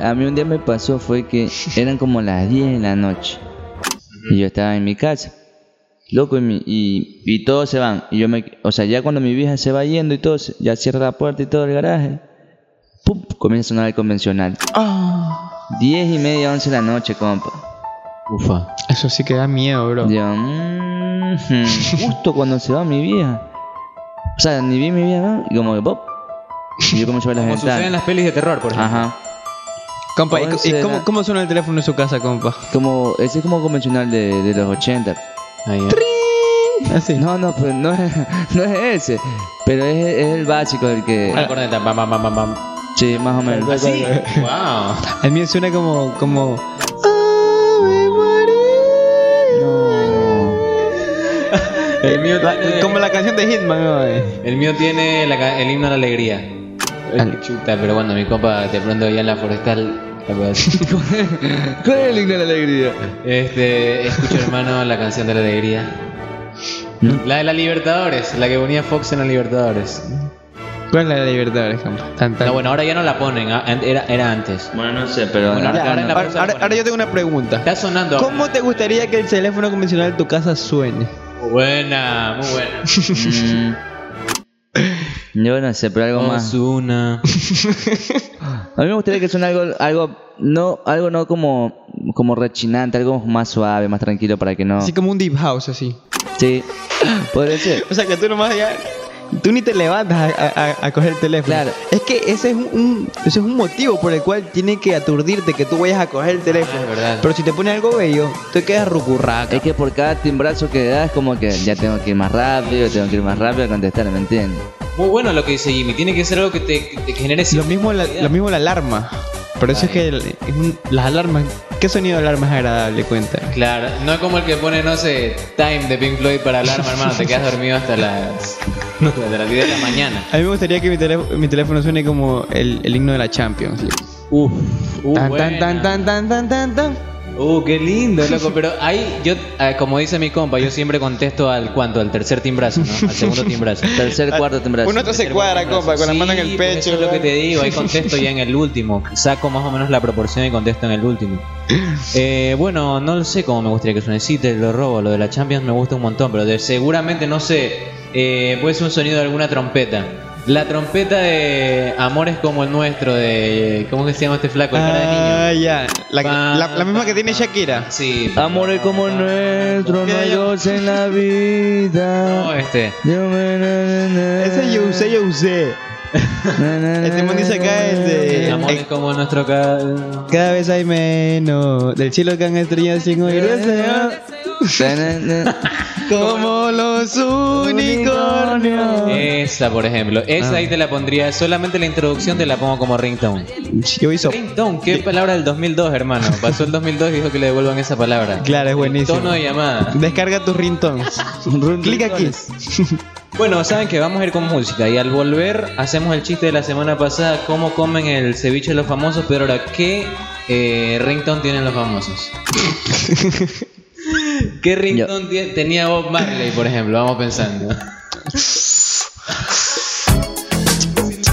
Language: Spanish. a mí un día me pasó fue que eran como las 10 de la noche y yo estaba en mi casa. Loco, y, mi- y, y todos se van. Y yo me, o sea, ya cuando mi vieja se va yendo y todo, se- ya cierra la puerta y todo el garaje, ¡pum! comienza a sonar el convencional. Ah. 10 y media, 11 de la noche, compa. Ufa. Eso sí que da miedo, bro. Yo, mm, justo cuando se va mi vieja. O sea, ni vi mi vieja, ¿no? y como que pop. Y yo comencé a ver las Como sucede en ventanas. las pelis de terror, por ejemplo. Ajá. Compa, ¿y, Once y de cómo, la- cómo suena el teléfono en su casa, compa? Como, ese es como convencional de, de los 80. Así. No, no, pues no, es- no es ese. Pero es, es el básico, el que. Una corneta, bam, bam, bam, bam, bam. Sí, más o menos. Así. wow. El mío suena como. como... No. Eh, El mío La- tiene, como la canción de Hitman, ¿no? eh. el, mío tiene la ca- el himno a la alegría. Ay, Chuta, pero bueno, mi compa de pronto ya en la forestal. capaz. ¿Cuál es el himno de la alegría? Este, escucha hermano la canción de la alegría. La de la Libertadores, la que ponía Fox en la Libertadores. ¿Cuál es la de Libertadores, compa? Tan, tan- No, bueno, ahora ya no la ponen, ah, an- era, era antes. Bueno, no sé, pero. Bueno, Ya, ahora ahora, en la pausa ahora- ponen. ahora yo tengo una pregunta. Está sonando. ahora. ¿Cómo te gustaría que el teléfono convencional de tu casa suene? Ah. Buena, muy buena. Mm. yo no sé, pero algo más. Ozuna. A mí me gustaría que suene algo, algo, no, algo no como, como rechinante, algo más suave, más tranquilo para que no. Así como un deep house, así. Sí, podría ser. O sea, que tú nomás ya... Tú ni te levantas a, a- a- a coger el teléfono. Claro. Es que ese es un, un- ese es un motivo por el cual tiene que aturdirte que tú vayas a coger el teléfono. Ah, es verdad. Pero si te pone algo bello, te quedas rucurraca. Es que por cada timbrazo que das, como que ya tengo que ir más rápido, tengo que ir más rápido a contestar, ¿me entiendes? Muy bueno lo que dice Jimmy. Tiene que ser algo que te, que te genere Lo mismo la, lo mismo la alarma. Por eso es que el- es un- las alarmas... ¿Qué sonido de alarma es agradable? Cuenta. Claro, no es como el que pone, no sé, time de Pink Floyd para alarma, hermano. Te quedas dormido hasta las, hasta las 10 de la mañana. A mí me gustaría que mi, teléf- mi teléfono suene como el, el himno de la Champions. Uf, uh, tan, tan, buena. tan, tan, tan, tan, tan, tan. Uh, qué lindo, loco. Pero ahí, yo, eh, como dice mi compa, yo siempre contesto al cuánto, al tercer timbrazo, ¿no? Al segundo timbrazo. Tercer, cuarto timbrazo. Uno te se cuadra, compa, con la Sí, mano en el pues pecho. Eso es lo que ¿verdad? te digo, ahí contesto ya en el último. Saco más o menos la proporción y contesto en el último. Eh, bueno, no lo sé cómo me gustaría que suene. Sí, te lo robo. Lo de la Champions me gusta un montón, pero de- seguramente, no sé, eh, puede ser un sonido de alguna trompeta. La trompeta de Amores como el nuestro, de. ¿Cómo que se llama este flaco? El cara de niño. Ah, ya. La, Pa, la- la misma que tiene pa, Shakira. Sí. Amores como el nuestro, no hay dos en la No, vida. este. Yo me- na, na, na. Ese yo usé, yo usé. Na, na, na, El Simón dice acá, este, el de- na, na, na. Amores como nuestro. ca- Cada vez hay menos del cielo que han estrellado sin oír deseos. Na, na, na. Como los unicornios. Esa, por ejemplo. Esa ahí te la pondría. Solamente la introducción te la pongo como ringtone. Yo hizo. Ringtone, qué palabra del 2002, hermano. Pasó el 2002 y dijo que le devuelvan esa palabra. Claro, es buenísimo. Tono de llamada. Descarga tus ringtones. Clic aquí. Bueno, saben que vamos a ir con música y al volver hacemos el chiste de la semana pasada, cómo comen el ceviche de los famosos, pero ahora, ¿qué eh, ringtone tienen los famosos? ¿Qué ringtone tie- tenía Bob Marley, por ejemplo? Vamos pensando.